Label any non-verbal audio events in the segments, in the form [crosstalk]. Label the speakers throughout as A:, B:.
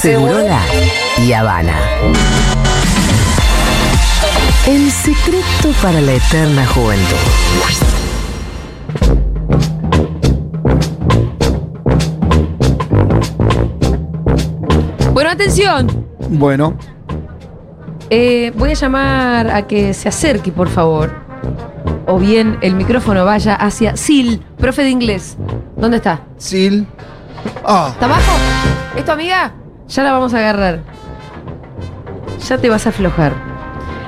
A: Segurola y Habana. El secreto para la eterna juventud.
B: Bueno, atención.
C: Bueno,
B: Eh, voy a llamar a que se acerque, por favor. O bien el micrófono vaya hacia Sil, profe de inglés. ¿Dónde está?
C: Sil. Ah,
B: ¿Está abajo? ¿Es tu amiga? Ya la vamos a agarrar. Ya te vas a aflojar.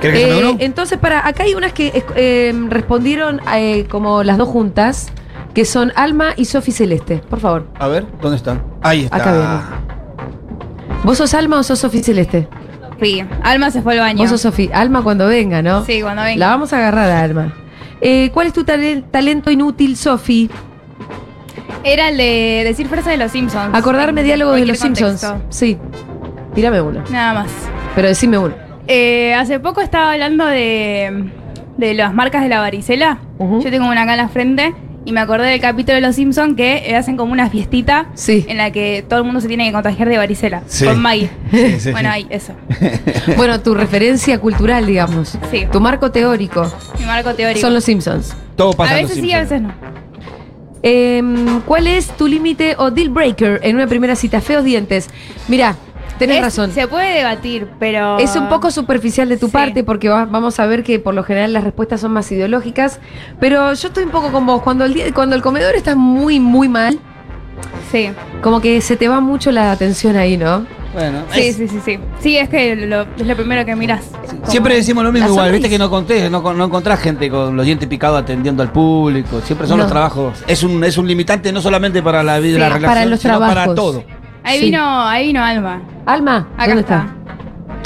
C: ¿querés que
B: Eh,
C: llame uno?
B: entonces, para acá hay unas que es- eh, respondieron eh, como las dos juntas, que son Alma y Sofi Celeste. Por favor.
C: A ver, ¿dónde están? Ahí está.
B: Acá ¿Vos sos Alma o sos Sofi Celeste?
D: Sí, Alma se fue al baño.
B: Vos sos Sofi. Alma cuando venga, ¿no?
D: Sí, cuando venga.
B: La vamos a agarrar a Alma. Eh, ¿Cuál es tu tale- talento inútil, Sofi?
D: Era el de decir frases de los Simpsons.
B: Acordarme
D: En
B: diálogos de los
D: cualquier
B: Simpsons.
D: contexto.
B: Sí. Tírame uno.
D: Nada más.
B: Pero decime uno.
D: Eh, hace poco estaba hablando de, de las marcas de la varicela.
B: Ujú.
D: Yo tengo una acá en la frente y me acordé del capítulo de los Simpsons que eh, hacen como una fiestita
B: Sí.
D: en la que todo el mundo se tiene que contagiar de varicela.
C: Sí.
D: Con Maggie.
C: [laughs] Sí, sí,
D: bueno,
C: sí.
D: ahí, eso.
B: [laughs] Bueno, tu referencia cultural, digamos.
D: Sí.
B: Tu marco teórico.
D: Mi marco teórico.
B: Son los Simpsons.
C: Todo pasa
D: a
C: en los
D: veces sí, a
C: Simpsons.
D: veces no.
B: Em, ¿Cuál es tu límite o deal breaker en una primera cita? Feos dientes. Mira, tenés
D: Es-
B: razón.
D: Se puede debatir, pero.
B: Es un poco superficial de tu
D: Sí.
B: parte porque va- vamos a ver que por lo general las respuestas son más ideológicas, pero yo estoy un poco con vos. Cuando el, día- cuando el comedor está muy, muy mal,
D: Sí.
B: como que se te va mucho la atención ahí, ¿no?
C: Bueno,
D: Sí,
C: es-
D: sí, sí, sí. Sí, es que lo- es lo primero que miras.
C: Siempre decimos lo mismo
B: La
C: igual,
B: sonrisa.
C: viste que no conté, no, con- no encontrás gente con los dientes picados atendiendo al público, siempre son
B: No.
C: los trabajos. Es un, es un limitante no solamente para la vida,
B: Sí,
C: la
B: para
C: relación,
B: los
C: sino para
B: trabajos.
C: todo.
D: Ahí
B: Sí.
D: vino, ahí vino Alma.
B: Alma,
D: Acá
B: ¿dónde
D: está.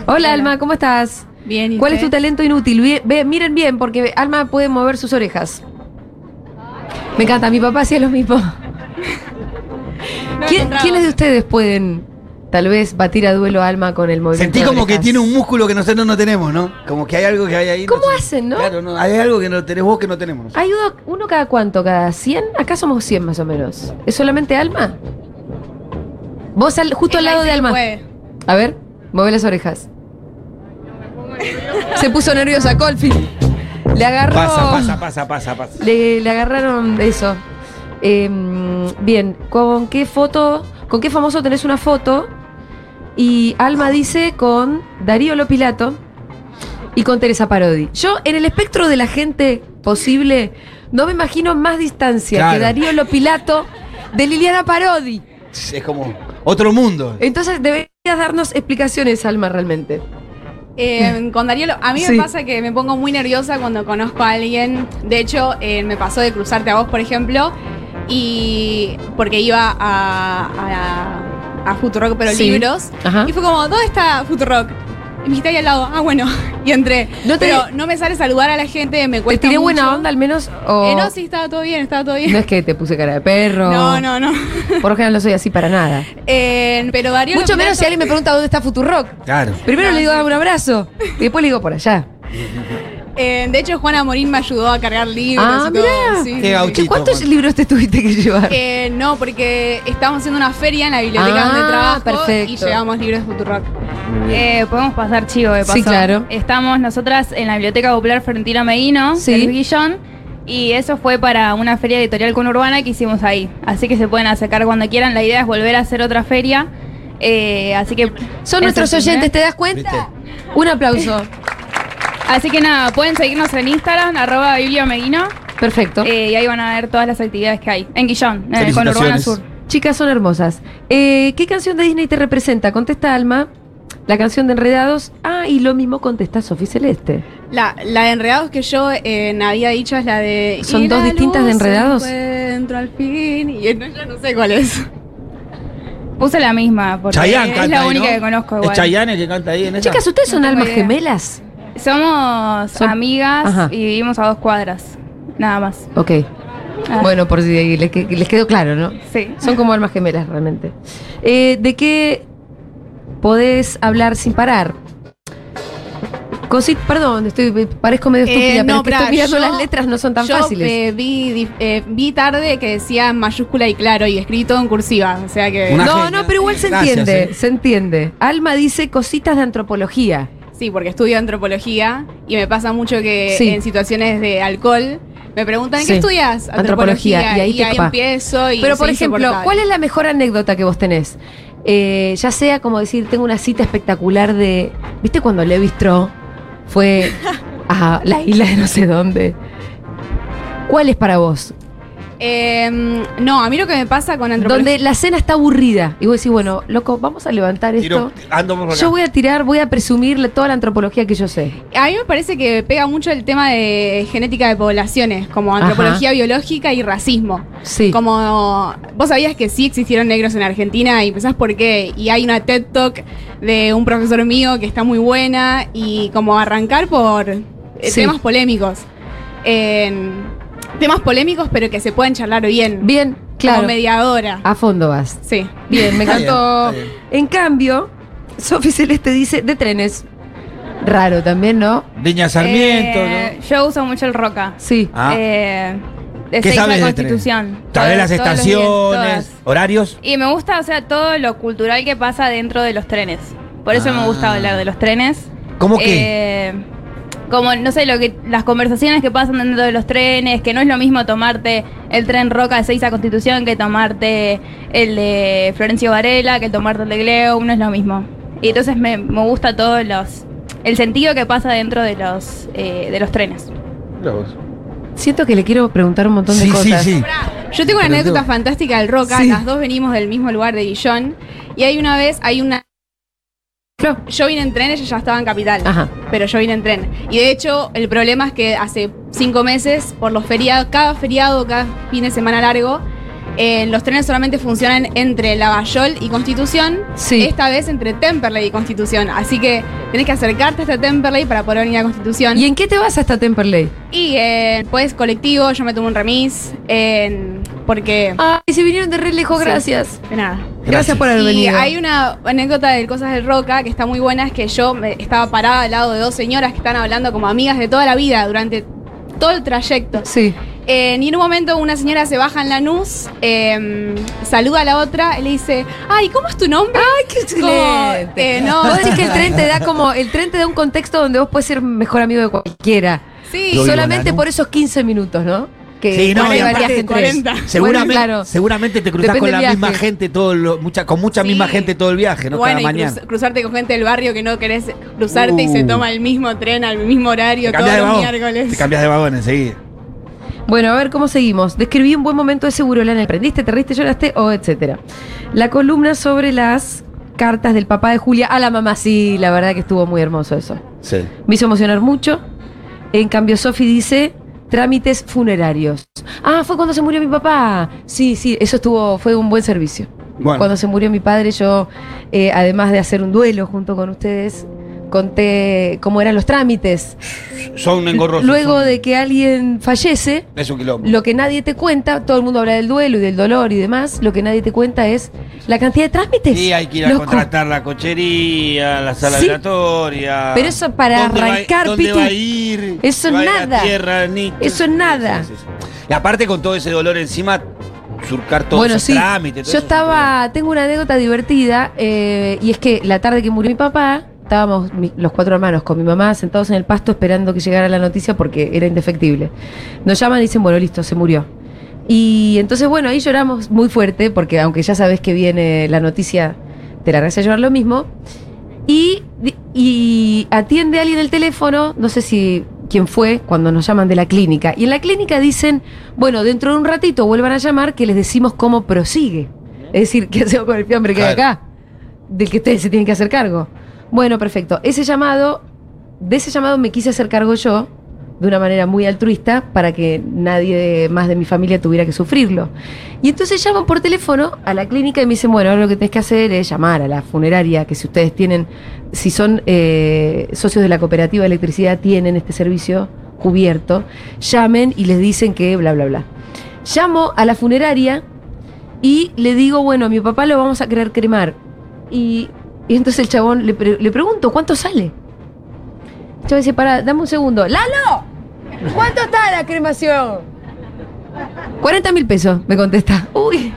B: Hola,
D: Hola.
B: Alma, ¿cómo estás?
E: Bien, ¿y
B: ¿Cuál es tu
E: usted?
B: talento inútil? Ve- ve- miren bien, porque Alma puede mover sus orejas. Me encanta, mi papá hacía lo mismo. ¿Quién,
E: encontraba.
B: ¿Quiénes de ustedes pueden tal vez batir a duelo a Alma con el movimiento?
C: Sentí
B: de
C: como que
B: orejas?
C: tiene un músculo que nosotros no tenemos, ¿no? Como que hay algo que hay ahí.
B: ¿Cómo
C: nosotros-
B: hacen, no?
C: Claro, no, hay algo que no tenés vos que no tenemos.
B: ¿Hay uno, uno cada cuánto? ¿Cada 100? Acá somos 100 más o menos. ¿Es solamente Alma? Vos al- justo al
E: Él
B: lado
E: ahí
B: de
E: se
B: Alma.
E: mueve.
B: A ver, mueve las orejas. Se puso nerviosa Colfi. Le agarró.
C: Pasa, pasa, pasa, pasa, pasa.
B: Le, le agarraron eso. Em, bien, ¿con qué foto, con qué famoso tenés una foto? Y Alma dice con Darío Lopilato y con Teresa Parodi. Yo, en el espectro de la gente posible, no me imagino más distancia que
C: Claro.
B: Darío Lopilato de Liliana Parodi.
C: Es como otro mundo.
B: Entonces deberías darnos explicaciones, Alma, realmente.
E: Eh, con Darío, lo- a mí
B: Sí.
E: me pasa que me pongo muy nerviosa cuando conozco a alguien. De hecho, eh, me pasó de cruzarte a vos, por ejemplo, y porque iba a, a, a Futurock, pero
B: Sí.
E: libros.
B: Ajá.
E: Y fue como, ¿dónde está Futurock? Y me dijiste ahí al lado, ah, bueno, [laughs] y entré.
B: No te-
E: Pero no me sale saludar a la gente, me
B: ¿Te
E: cuesta
B: tiré
E: mucho.
B: buena onda al menos? O...
E: Eh, no, sí, estaba todo bien, estaba todo
B: No
E: bien.
B: es que te puse cara de perro.
E: [laughs] No, no, no.
B: Por lo general no soy así para nada.
E: [laughs] Eh, pero Darío
B: Mucho menos si
E: Lopilato-
B: alguien me pregunta dónde está Futurock.
C: Claro.
B: Primero le digo "Dame un abrazo y después le digo por allá.
E: Eh, de hecho, Juana Morín me ayudó a cargar libros
B: Ah,
E: y todo.
B: mirá.
E: Sí,
C: Qué
E: sí, sí.
C: gauchito.
B: ¿Qué, ¿Cuántos
C: Juan.
B: libros te tuviste que llevar?
E: Eh, no, porque estábamos haciendo una feria en la biblioteca
B: Ah,
E: donde trabajo y
B: perfecto.
E: llevamos libros de Futurock.
D: Eh, podemos pasar chivo de paso.
B: Sí, claro.
D: Estamos nosotras en la Biblioteca Popular Florentino Medino,
B: Sí.
D: del Guillón, y eso fue para una feria editorial conurbana que hicimos ahí. Así que se pueden acercar cuando quieran. La idea es volver a hacer otra feria. eh, así que
B: Son
D: en
B: nuestros
D: septiembre.
B: oyentes, ¿te das cuenta? Un aplauso.
D: Así que nada, pueden seguirnos en Instagram, arroba bibliomedino,
B: Perfecto.
D: eh, y ahí van a ver todas las actividades que hay. En Guillón, en el conurbano
C: Felicitaciones.
D: sur.
B: Chicas son hermosas. Eh, ¿Qué canción de Disney te representa? Contesta Alma. La canción de Enredados. Ah, y lo mismo contesta Sofi Celeste.
E: La, la de Enredados que yo eh, había dicho es la de.
B: ¿Son
E: "Y
B: dos
E: la
B: distintas de
E: luz
B: Enredados?
E: Encuentro al fin. Y no, yo no sé cuál es.
D: Puse la misma, porque
C: Chayanne
D: es
C: canta
D: la
C: ahí,
D: única
C: ¿no?
D: que conozco
C: Es
D: igual.
C: Chayanne el que canta ahí en esa.
B: Chicas, ¿ustedes son
D: No tengo
B: almas
D: idea.
B: gemelas?
D: Somos
B: Son-
D: amigas
B: Ajá.
D: y vivimos a dos cuadras. Nada más.
B: Ok.
D: Ah.
B: Bueno, por si ahí les, que- les quedó claro, ¿no?
D: Sí.
B: Son como almas gemelas realmente. Eh, ¿De qué podés hablar sin parar? Cosi- perdón, estoy, parezco medio estúpida,
E: Eh,
B: pero es que
E: pará,
B: estoy mirando
E: yo-
B: las letras, no son tan
E: yo,
B: fáciles.
E: eh, vi, dif- eh, vi tarde que decía en mayúscula y claro y escrito en cursiva. O sea que.
F: Una-
B: no,
F: genia.
B: no, pero igual se
F: Gracias,
B: entiende,
F: eh.
B: se entiende. Alma dice cositas de antropología.
E: Sí, porque estudio antropología y me pasa mucho que
B: Sí.
E: en situaciones de alcohol me preguntan
B: Sí.
E: ¿qué estudias?
B: Antropología, y ahí te copa.
E: empiezo y
B: Pero por
E: soy
B: ejemplo,
E: insoportable.
B: ¿cuál es la mejor anécdota que vos tenés? Eh, ya sea como decir, tengo una cita espectacular de. ¿Viste cuando Levi Strauss
E: [laughs]
B: fue a la isla de no sé dónde? ¿Cuál es para vos?
E: Eh, no, a mí lo que me pasa con antropología
B: Donde la cena está aburrida y vos decís, bueno, loco, vamos a levantar
C: Tiro-
B: esto.
C: ando por acá.
B: Yo voy a tirar, voy a presumirle toda la antropología que yo sé.
E: a mí me parece que pega mucho el tema de genética de poblaciones, como
B: Ajá.
E: antropología biológica y racismo.
B: Sí.
E: Como vos sabías que sí existieron negros en Argentina y pensás por qué. Y hay una TED Talk de un profesor mío que está muy buena y como arrancar por eh,
B: Sí.
E: temas polémicos. En- temas polémicos pero que se pueden charlar bien.
B: Bien, claro.
E: Como mediadora.
B: A fondo vas.
E: Sí.
B: Bien, me
C: [laughs]
F: Está bien,
B: encantó.
F: está bien.
B: En cambio, Sofi Celeste dice de trenes. Raro también, ¿no?
F: Viña Sarmiento.
G: Eh, Yo uso mucho el roca.
B: Sí.
F: Ah.
G: Eh, de
C: ¿Qué
G: seis
C: sabes
G: la
C: de tren?
G: Constitución.
C: Sabés
G: Todos-
C: las
G: todos los días,
C: estaciones,
G: todas.
C: horarios.
G: Y me gusta, o sea, todo lo cultural que pasa dentro de los trenes. Por eso me gusta
C: Ah.
G: hablar de los trenes.
C: ¿Cómo qué?
G: Eh, como, no sé, lo que las conversaciones que pasan dentro de los trenes, que no es lo mismo tomarte el tren Roca de 6 a Constitución que tomarte el de Florencio Varela, que tomarte el de Gleo, no es lo mismo. Y entonces me, me gusta todos los... El sentido que pasa dentro de los, eh, de los trenes.
B: Siento que le quiero preguntar un montón de
C: sí, sí,
B: cosas.
C: sí.
E: Yo tengo una
C: Pero
E: anécdota
C: tengo-
E: fantástica del Roca,
B: Sí.
E: las dos venimos del mismo lugar de Guillón y hay una vez, hay una...
B: Flo.
E: Yo vine en tren, ella ya estaba en Capital,
B: Ajá.
E: pero yo vine en tren. Y de hecho, el problema es que hace cinco meses, por los feriados, cada feriado, cada fin de semana largo, eh, los trenes solamente funcionan entre Lavallol y Constitución,
B: Sí.
E: esta vez entre Temperley y Constitución. Así que tenés que acercarte este hasta Temperley para poder venir a Constitución.
B: ¿Y en qué te vas hasta Temperley?
E: Y eh, pues colectivo, yo me tomo un remis, eh, porque...
B: Ah, y se vinieron de re lejos,
E: Sí.
B: gracias.
E: De nada.
B: Gracias, por haber
E: Y
B: venido.
E: hay una anécdota de Cosas del Roca que está muy buena, es que yo me- estaba parada al lado de dos señoras que están hablando como amigas de toda la vida durante todo el trayecto.
B: Sí.
E: Eh, y en un momento una señora se baja en la NUS, eh, saluda a la otra y le dice, ay, ¿cómo es tu nombre?
B: Ay, qué
E: Como, eh, no,
B: Vos decís que el tren te da como. El tren te da un contexto donde vos puedes ser mejor amigo de cualquiera.
E: sí,
C: Yo vivo
B: Solamente
C: en Lanús.
B: por esos 15 minutos, ¿no? Que
C: Sí, no,
B: por ahí
C: y
B: va el
C: aparte
B: viaje en tren.
E: 40.
C: Seguramente,
B: Bueno, claro.
C: seguramente te cruzas
B: Depende
C: con la
B: del
C: misma
B: viaje.
C: gente todo lo- mucha, con mucha
E: Sí.
C: misma gente todo el viaje, ¿no?
E: bueno,
C: Cada
E: y cruz-
C: mañana.
E: cruzarte con gente del barrio que no querés cruzarte y
C: Uh.
E: se toma el mismo tren al mismo horario
C: Te
E: todos
C: cambias de
E: los
C: vagón. Te
E: miércoles.
C: cambias de vagón enseguida.
B: Bueno, a ver cómo seguimos. Describí un buen momento de seguro, Lana. ¿Aprendiste, te reíste, lloraste o etcétera? La columna sobre las cartas del papá de Julia a la mamá. Sí, la verdad que estuvo muy hermoso eso.
C: Sí.
B: Me hizo emocionar mucho. En cambio, Sofi dice trámites funerarios. Ah, fue cuando se murió mi papá. Sí, sí, eso estuvo, fue un buen servicio.
C: Bueno.
B: Cuando se murió mi padre, yo, eh, además de hacer un duelo junto con ustedes, conté cómo eran los trámites.
C: Son engorrosos.
B: Luego de que alguien fallece,
C: Es un quilombo.
B: lo que nadie te cuenta, todo el mundo habla del duelo y del dolor y demás, lo que nadie te cuenta es la cantidad de trámites.
F: Sí, hay que ir a
B: Loco.
F: contratar la cochería, la sala
B: Sí.
F: velatoria.
B: Pero eso para
F: ¿Dónde va-
B: arrancar,
F: dónde
B: Pitu,
F: va a ir?
B: eso
F: ¿Va a ir a
B: nada.
F: tierra, ni-
B: Eso es
F: Sí,
B: nada.
F: sí, sí, sí. Y aparte con todo ese dolor encima, surcar todos
B: bueno,
F: esos
B: sí.
F: trámites. todo
B: Yo
F: eso es un
B: estaba, tengo una anécdota divertida eh, y es que la tarde que murió mi papá, estábamos mi- los cuatro hermanos con mi mamá sentados en el pasto esperando que llegara la noticia porque era indefectible. Nos llaman y dicen, bueno, listo, se murió. Y entonces, bueno, ahí lloramos muy fuerte porque aunque ya sabes que viene la noticia, te la vas a llorar lo mismo. Y, y atiende a alguien el teléfono, no sé si quién fue, cuando nos llaman de la clínica. Y en la clínica dicen, bueno, dentro de un ratito vuelvan a llamar que les decimos cómo prosigue. Es decir, [laughs] ¿qué hacemos con el fiambre que hay
C: Claro.
B: acá? Del que ustedes se tienen que hacer cargo. Bueno, perfecto. Ese llamado, de ese llamado me quise hacer cargo yo, de una manera muy altruista, para que nadie más de mi familia tuviera que sufrirlo. Y entonces llaman por teléfono a la clínica y me dicen, bueno, ahora lo que tenés que hacer es llamar a la funeraria, que si ustedes tienen, si son eh, socios de la cooperativa de electricidad, tienen este servicio cubierto, llamen y les dicen que bla, bla, bla. Llamo a la funeraria y le digo, bueno, a mi papá lo vamos a querer cremar. Y, y entonces el chabón le, pre- le pregunto, ¿cuánto sale? Yo decía, para, dame un segundo. ¡Lalo! ¿Cuánto está la cremación? 40 mil pesos, me contesta. [laughs] Uy.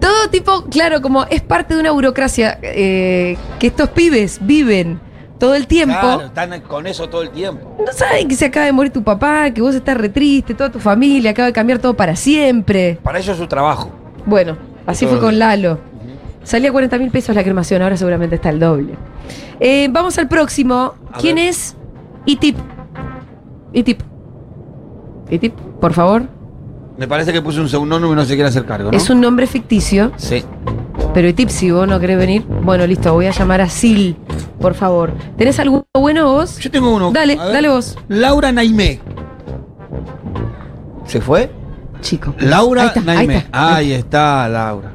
B: Todo tipo, claro, como es parte de una burocracia eh, que estos pibes viven todo el tiempo.
C: Claro, están con eso todo el tiempo.
B: No saben que se acaba de morir tu papá, que vos estás re triste, toda tu familia, acaba de cambiar todo para siempre.
C: Para ellos es su trabajo.
B: Bueno, así fue con Lalo. Salía 40 mil pesos la cremación, ahora seguramente está el doble. Eh, vamos al próximo.
C: A
B: ¿Quién
C: ver.
B: es Itip? Itip. Itip, por favor.
C: Me parece que puso un seudónimo y no se quiere hacer cargo, ¿no?
B: Es un nombre ficticio,
C: Sí.
B: pero Itip, si vos no querés venir, bueno, listo, voy a llamar a Sil, por favor. ¿Tenés alguno bueno vos?
C: Yo tengo uno.
B: Dale,
C: A ver.
B: dale vos.
C: Laura Naimé. ¿Se fue?
B: Chico.
C: Laura Ah,
B: Ahí está, ahí
C: Naimé. Ahí
B: está.
C: está, Laura.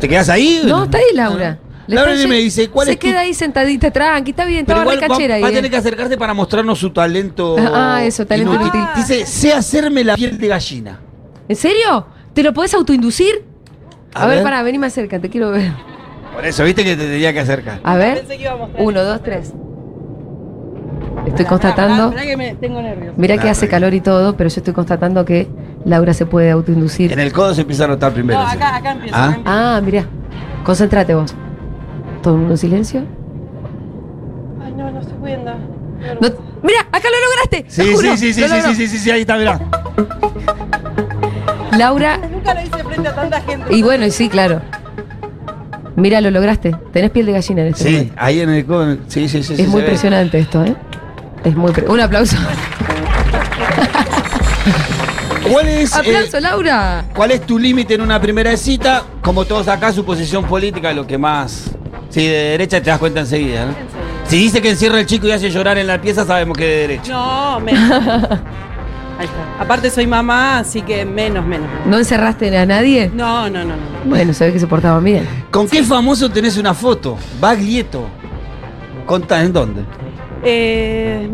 C: ¿Te quedas ahí? Ah.
B: No, está ahí Laura.
H: Ah.
B: Le
C: Laura
B: está
C: Naimé
B: ye-
C: dice, ¿cuál
B: se
C: es tu-
B: queda ahí sentadita, tranqui, está bien, estaba
C: igual
B: re cachera
C: va,
B: ahí.
C: va a
B: eh.
C: tener que acercarse para mostrarnos su talento.
B: Ah, eso, talento
C: inútil.
B: inútil.
C: Dice, sé hacerme la piel de gallina.
B: ¿En serio? ¿Te lo podés autoinducir? A,
C: A
B: ver,
C: ver.
B: pará, vení más cerca, te quiero ver.
C: Por eso, viste que te tenía que acercar.
B: A ver.
H: Pensé que iba a mostrar.
B: Uno, dos, tres. Estoy
H: Pará,
B: constatando.
H: pará, pará que me tengo nervios.
B: Mira que
C: Nah,
B: hace
C: tranqui.
B: calor y todo, pero yo estoy constatando que Laura se puede
C: En
B: autoinducir.
C: el codo se empieza a notar primero.
H: No,
C: sí.
H: acá, acá empieza.
C: Ah.
H: acá empieza.
B: Ah, mirá. Concéntrate vos. Todo el mundo en silencio.
H: Ay, no, no estoy pudiendo.
B: No- Mirá, acá lo lograste. te
C: Sí,
B: juro,
C: sí, sí, sí,
B: lo
C: sí,
B: logró.
C: sí, sí, sí, sí, ahí está,
B: [laughs]
C: mirá.
B: Laura,
H: Nunca lo hice frente a tanta gente.
B: y bueno, y sí, claro. Mira, lo lograste. Tenés piel de gallina en este
C: Sí,
B: momento.
C: ahí en el codo. Sí, sí, sí. sí,
B: Es muy
C: se ve.
B: impresionante esto, ¿eh? Es muy. pre- Un aplauso.
C: ¿Cuál es, eh,
B: ¡Aplauso, Laura!
C: ¿Cuál es tu límite en una primera cita? Como todos acá, su posición política es lo que más. Si de derecha te das cuenta enseguida, ¿no? Si dice que encierra el chico y hace llorar en la pieza, sabemos que es de derecha.
H: No, menos. Ahí está. Aparte soy mamá, así que menos, menos.
B: ¿No encerraste a nadie?
H: No, no, no, no.
B: Bueno, se ve que se portaban bien.
C: ¿Con qué famoso tenés una foto? Baglietto. Contá, ¿en dónde?
H: Eh,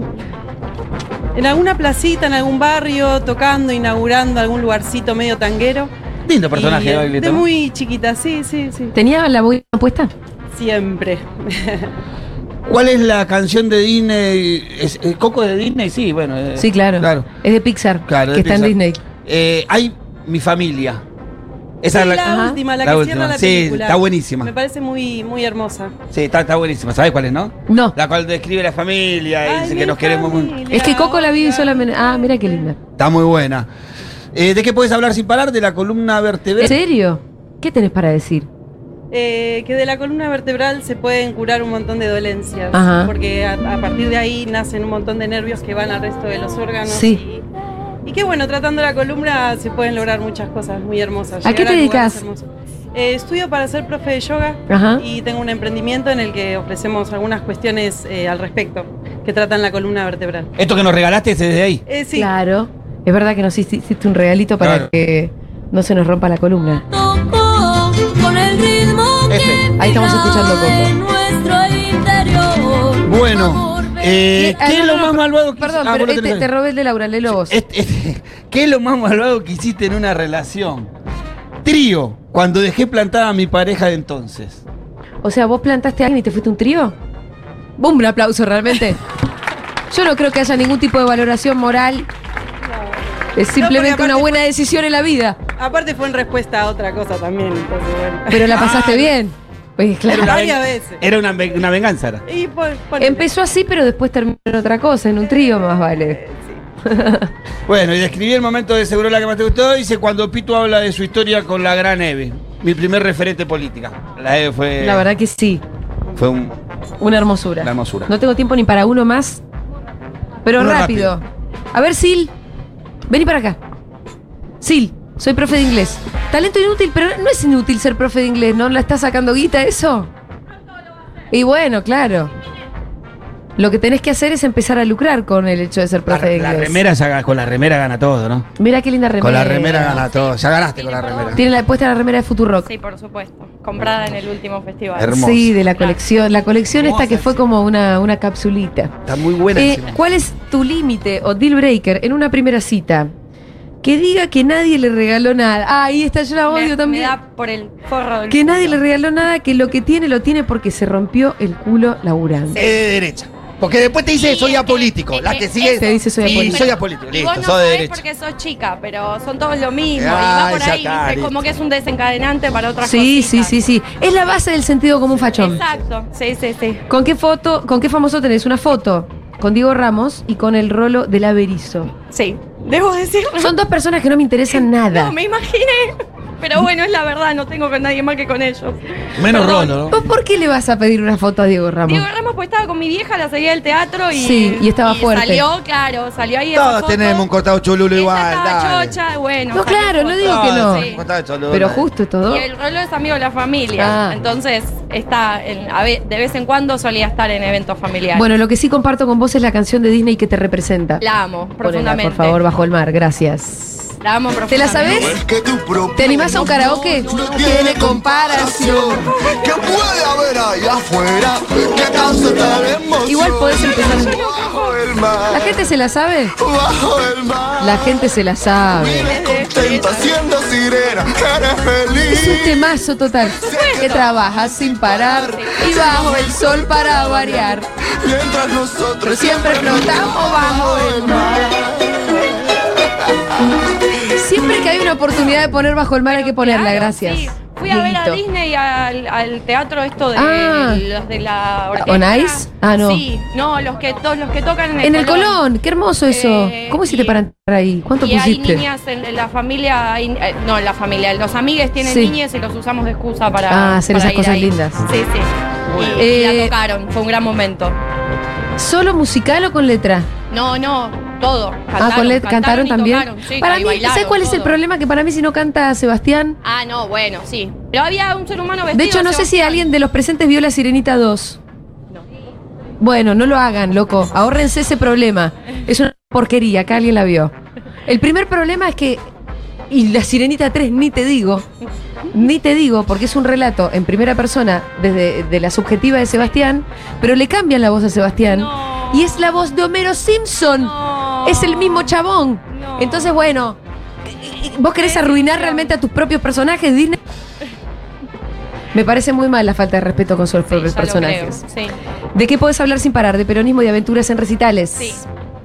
H: en alguna placita, en algún barrio, tocando, inaugurando algún lugarcito medio tanguero.
C: Lindo personaje
H: Y, eh,
C: de Baglietto.
H: de
C: ¿no?
H: muy chiquita, sí, sí, sí.
B: ¿Tenía la boina puesta?
H: Siempre.
C: ¿Cuál es la canción de Disney? ¿Es, es Coco de Disney? Sí, bueno. eh,
B: Sí, claro.
C: Claro.
B: Es de Pixar,
C: Claro,
B: que
C: de
B: está en
C: Pixar.
B: Disney.
C: Eh, hay Mi Familia. Esa
H: Sí,
C: es
H: la,
C: la.
B: Ajá.
H: última, la,
C: La
H: que
C: última.
H: cierra la
C: Sí,
H: película.
C: está buenísima.
H: Me parece muy, muy hermosa.
C: Sí, está, está buenísima. ¿Sabes cuál es, no?
B: No,
C: La cual describe la familia y
H: Ay,
C: dice
H: mi
C: que nos queremos mucho.
H: familia,
B: es que Coco la vi
H: hola.
B: solamente... Ah, mira qué linda.
C: Está muy buena. Eh, ¿De qué puedes hablar sin parar? De la columna
B: ¿En
C: vertebral.
B: serio? ¿Qué tenés para decir?
H: Eh, que de la columna vertebral se pueden curar un montón de dolencias.
B: Ajá.
H: Porque a, a partir de ahí nacen un montón de nervios que van al resto de los órganos.
B: Sí.
H: Y, y que bueno, tratando la columna se pueden lograr muchas cosas muy hermosas.
B: ¿A qué
H: llegar
B: te dedicas?
H: lugares
B: Ah.
H: hermosos. Eh, estudio para ser profe de yoga
B: Ajá.
H: y tengo un emprendimiento en el que ofrecemos algunas cuestiones eh, al respecto que tratan la columna vertebral.
C: Esto que nos regalaste es desde ahí.
H: Eh, sí,
B: Claro. Es verdad que nos hici- hiciste un regalito para
C: Claro.
B: que no se nos rompa la columna.
I: con el ritmo
C: Este.
B: Ahí estamos escuchando
I: en
B: Coco.
I: nuestro interior.
C: Bueno, eh,
B: Ah,
C: ¿qué
B: no,
C: es lo
B: no,
C: más
B: no,
C: malvado que
B: Perdón,
C: hici- Ah,
B: pero
C: vos lo
B: este,
C: tenés
B: te
C: ahí.
B: robé el de Laura, léelo vos.
C: Este- este- [laughs] ¿Qué es lo más malvado que hiciste en una relación? Trío, cuando dejé plantada a mi pareja de entonces.
B: O sea, ¿vos plantaste a alguien y te fuiste un trío? ¡Bum! Un aplauso, realmente. Yo no creo que haya ningún tipo de valoración moral. Es simplemente
H: aparte
B: una buena
H: fue-
B: decisión en la vida.
H: aparte fue en respuesta a otra cosa también. Entonces, bueno. [laughs]
B: Pero
C: Ah,
B: la pasaste bien. Pues claro.
C: Era una
H: Varias
C: ven-
H: veces.
C: Era una, ve- una venganza. era.
H: Y pon- ponele.
B: Empezó así, pero después terminó en otra cosa, en un trío más vale.
C: Bueno, y describí el momento de seguro la que más te gustó. Dice cuando Pitu habla de su historia con la gran Eve, mi primer referente política. La Eve fue,
B: La verdad que sí,
C: fue un,
B: una hermosura.
C: Una hermosura.
B: No tengo tiempo ni para uno más, pero
C: Uno
B: rápido. A ver, Sil, vení para acá. Sil, soy profe de inglés. Talento inútil, pero no es inútil ser profe de inglés, ¿no? ¿La está sacando guita eso? Y bueno, claro. Lo que tenés que hacer es empezar a lucrar con el hecho de ser
C: La,
B: profe de
C: la
B: inglés.
C: remera ya ga- con la remera gana todo, ¿no?
B: Mira qué linda remera.
C: Con la remera gana todo. Ya ganaste con la remera.
B: Tiene la puesta la remera de Futurock.
D: Sí, por supuesto. Comprada en el último festival.
C: Hermosa.
B: Sí, de la colección. La colección esta
C: Hermosa,
B: que fue como una, una capsulita.
C: Está muy buena.
B: Eh,
C: encima.
B: ¿Cuál es tu límite o deal breaker en una primera cita? Que diga que nadie le regaló nada. Ah, ahí está, yo la
E: Oh,
D: Me-
B: odio
D: me
B: también.
D: da por el forro del
B: Que nadie
D: culo.
B: le regaló nada, que lo que tiene lo tiene porque se rompió el culo laburando.
J: Es de derecha. Porque después te dice
D: Sí,
J: soy
D: es que-
J: apolítico.
D: es
J: La
D: que
J: que sigue
D: eso-
B: Te dice, "Soy
J: Sí,
B: apolítico".
J: soy apolítico.
D: Y
J: Listo,
D: vos no
J: soy de
D: sabés
J: derecha.
D: porque sos chica, pero son todos lo mismo.
J: Ah,
D: y va por
J: ya
D: ahí,
J: está,
D: es como
J: listo.
D: que es un desencadenante para otras
B: Sí, sí,
D: cositas.
B: sí, sí. Es la base del sentido común fachón.
D: Exacto, sí, sí, sí.
B: ¿Con qué foto, con qué famoso tenés una foto? Con Diego Ramos y con el rolo del Averizo.
D: Sí, debo [laughs] decir.
B: Son dos personas que no me interesan nada.
D: [laughs] No, me imaginé. Pero bueno, es la verdad, no tengo con nadie más que con ellos.
C: Menos rolo, ¿no?
B: ¿Vos por qué le vas a pedir una foto a Diego Ramos?
D: Diego Ramos, pues estaba con mi vieja, la seguía del teatro y.
B: Sí, y estaba fuerte.
D: Salió, claro, salió ahí. esa
J: Todos
D: foto.
J: tenemos un cortado chululo
D: Ella
J: igual.
D: Estaba
J: dale.
D: chocha, bueno.
B: No,
D: salió
B: claro, no
D: foto.
B: digo que no.
J: Un cortado chululo.
B: Pero justo todo.
D: Y el rolo es amigo de la familia.
B: Ah.
D: Entonces, está en- a ve- de vez en cuando solía estar en eventos familiares.
B: Bueno, lo que sí comparto con vos es la canción de Disney que te representa.
D: la amo,
B: Ponela,
D: profundamente.
B: por favor, bajo el mar, gracias.
D: La amo profundamente.
B: ¿Te la sabes? ¿Te animás a un karaoke? No tiene comparación.
K: ¿Qué puede haber ahí afuera? ¿Qué causa tal emoción?
B: Igual podés empezar.
K: Bajo el mar,
B: ¿La gente se la sabe?
K: bajo el mar.
B: La gente se la sabe.
K: Vives contenta siendo sirena. Eres feliz.
B: Es un temazo total. Que trabajas sin parar y bajo el sol para variar.
K: Mientras nosotros
B: siempre flotamos bajo el mar. Siempre que hay una oportunidad de poner bajo el mar hay que ponerla,
D: Claro,
B: gracias.
D: sí. Fui a ver a
B: Dieguito.
D: Disney al, al teatro esto de
B: Ah.
D: los de la orquesta.
B: ¿On Ice? Ah, no.
D: Sí, no, los que, to- los que tocan en el
B: En el Colón, qué hermoso eso.
D: Eh,
B: ¿Cómo hiciste
D: y-
B: para entrar ahí? ¿Cuánto
D: y hay
B: pusiste?
D: niñas en, en la familia, hay- eh, no en la familia, los amigues tienen
B: Sí.
D: niñas y los usamos de excusa para
B: Ah, hacer
D: para
B: esas
D: ir
B: cosas lindas.
D: Sí, sí. Y, y
B: Eh,
D: la tocaron, fue un gran momento.
B: ¿Solo musical o con letra?
D: No, no, todo.
B: ah, con letra. ¿Cantaron
D: y
B: también?
D: tocaron, sí,
B: para
D: y
B: mí,
D: bailaron,
B: ¿sabes cuál es el
D: todo.
B: problema? Que para mí si no canta Sebastián...
D: Ah, no, bueno, sí. Pero había un ser humano vestido.
B: De hecho, no sé si
D: Sebastián.
B: alguien de los presentes vio La Sirenita 2. Bueno, no lo hagan, loco. Ahórrense ese problema. Es una porquería, acá alguien la vio. El primer problema es que... Y La Sirenita 3, ni te digo. Ni te digo, porque es un relato en primera persona desde de la subjetiva de Sebastián, pero le cambian la voz a Sebastián.
D: No.
B: Y es la voz de Homero Simpson.
D: No.
B: Es el mismo chabón.
D: No.
B: Entonces, bueno, ¿vos querés arruinar realmente a tus propios personajes, Disney? Me parece muy mal la falta de respeto con sus
D: Sí,
B: propios
D: ya lo
B: personajes.
D: creo, sí.
B: ¿De qué podés hablar sin parar? De peronismo y aventuras en recitales.
D: Sí.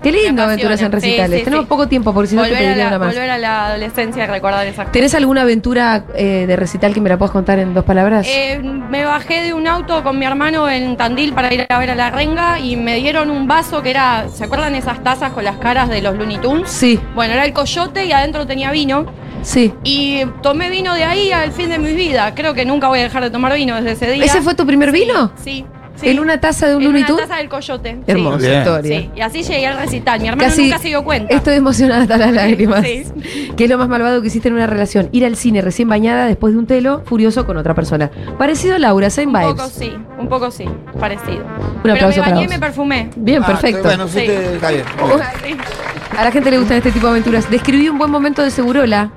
B: Qué lindo
D: Me
B: aventuras en
D: apasiona. Sí,
B: recitales.
D: sí,
B: Tenemos
D: sí.
B: poco tiempo, porque si no te
D: volver, a
B: pediría
D: la,
B: una más.
D: volver a la adolescencia y recordar esas cosas.
B: ¿Tenés alguna aventura eh, de recital que me la puedas contar en dos palabras?
D: Eh, me bajé de un auto con mi hermano en Tandil para ir a ver a la renga y me dieron un vaso que era, ¿se acuerdan esas tazas con las caras de los Looney Tunes?
B: sí,
D: Bueno, era el coyote y adentro tenía vino.
B: sí.
D: Y tomé vino de ahí al fin de mi vida. Creo que nunca voy a dejar de tomar vino desde ese día.
B: ¿Ese fue tu primer
D: Sí,
B: vino?
D: Sí. sí.
B: ¿En una taza de un
D: En
B: Looney
D: una
B: Tunes?
D: taza del coyote. sí.
B: Hermosa
C: Bien.
B: historia.
D: Sí, y así llegué al recital. Mi hermano
B: Casi-
D: nunca se dio cuenta.
B: Estoy emocionada hasta las lágrimas.
D: Sí.
B: ¿Qué es lo más malvado que hiciste en una relación? Ir al cine recién bañada después de un telo, furioso con otra persona. Parecido a Laura, same
D: Un
B: vibes.
D: poco sí, un poco sí, parecido.
B: Un
D: Pero
B: aplauso
D: me
B: para
D: bañé y
B: vos. Oh,
D: me perfumé.
B: Bien,
J: Ah,
B: perfecto.
J: Bueno, sí,
D: Sí.
J: te- está bien.
D: [laughs]
B: [laughs] A la gente le gustan este tipo de aventuras. Describí un buen momento de Segurola.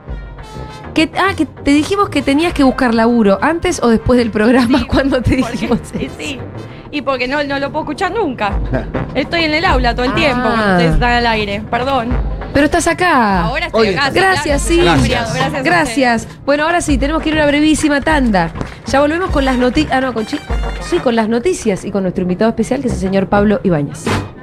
B: Que, ah, que te dijimos que tenías que buscar laburo antes o después del programa
D: Sí,
B: [laughs] cuando te
D: porque-
B: dijimos
D: y
B: eso.
D: sí. Y porque no, no lo puedo escuchar nunca.
B: [laughs]
D: Estoy en el aula todo el
B: Ah.
D: tiempo cuando ustedes están al aire. Perdón.
B: Pero estás acá.
D: Ahora estoy
J: Oye,
D: en casa.
B: Gracias, sí.
D: claro,
B: Gracias.
D: estoy en feriado, a
B: Gracias. Bueno, ahora sí, tenemos que ir a una brevísima tanda. Ya volvemos con las noticias. Ah, no, con chi- sí, con las noticias y con nuestro invitado especial, que es el señor Pablo Ibáñez.
D: ustedes.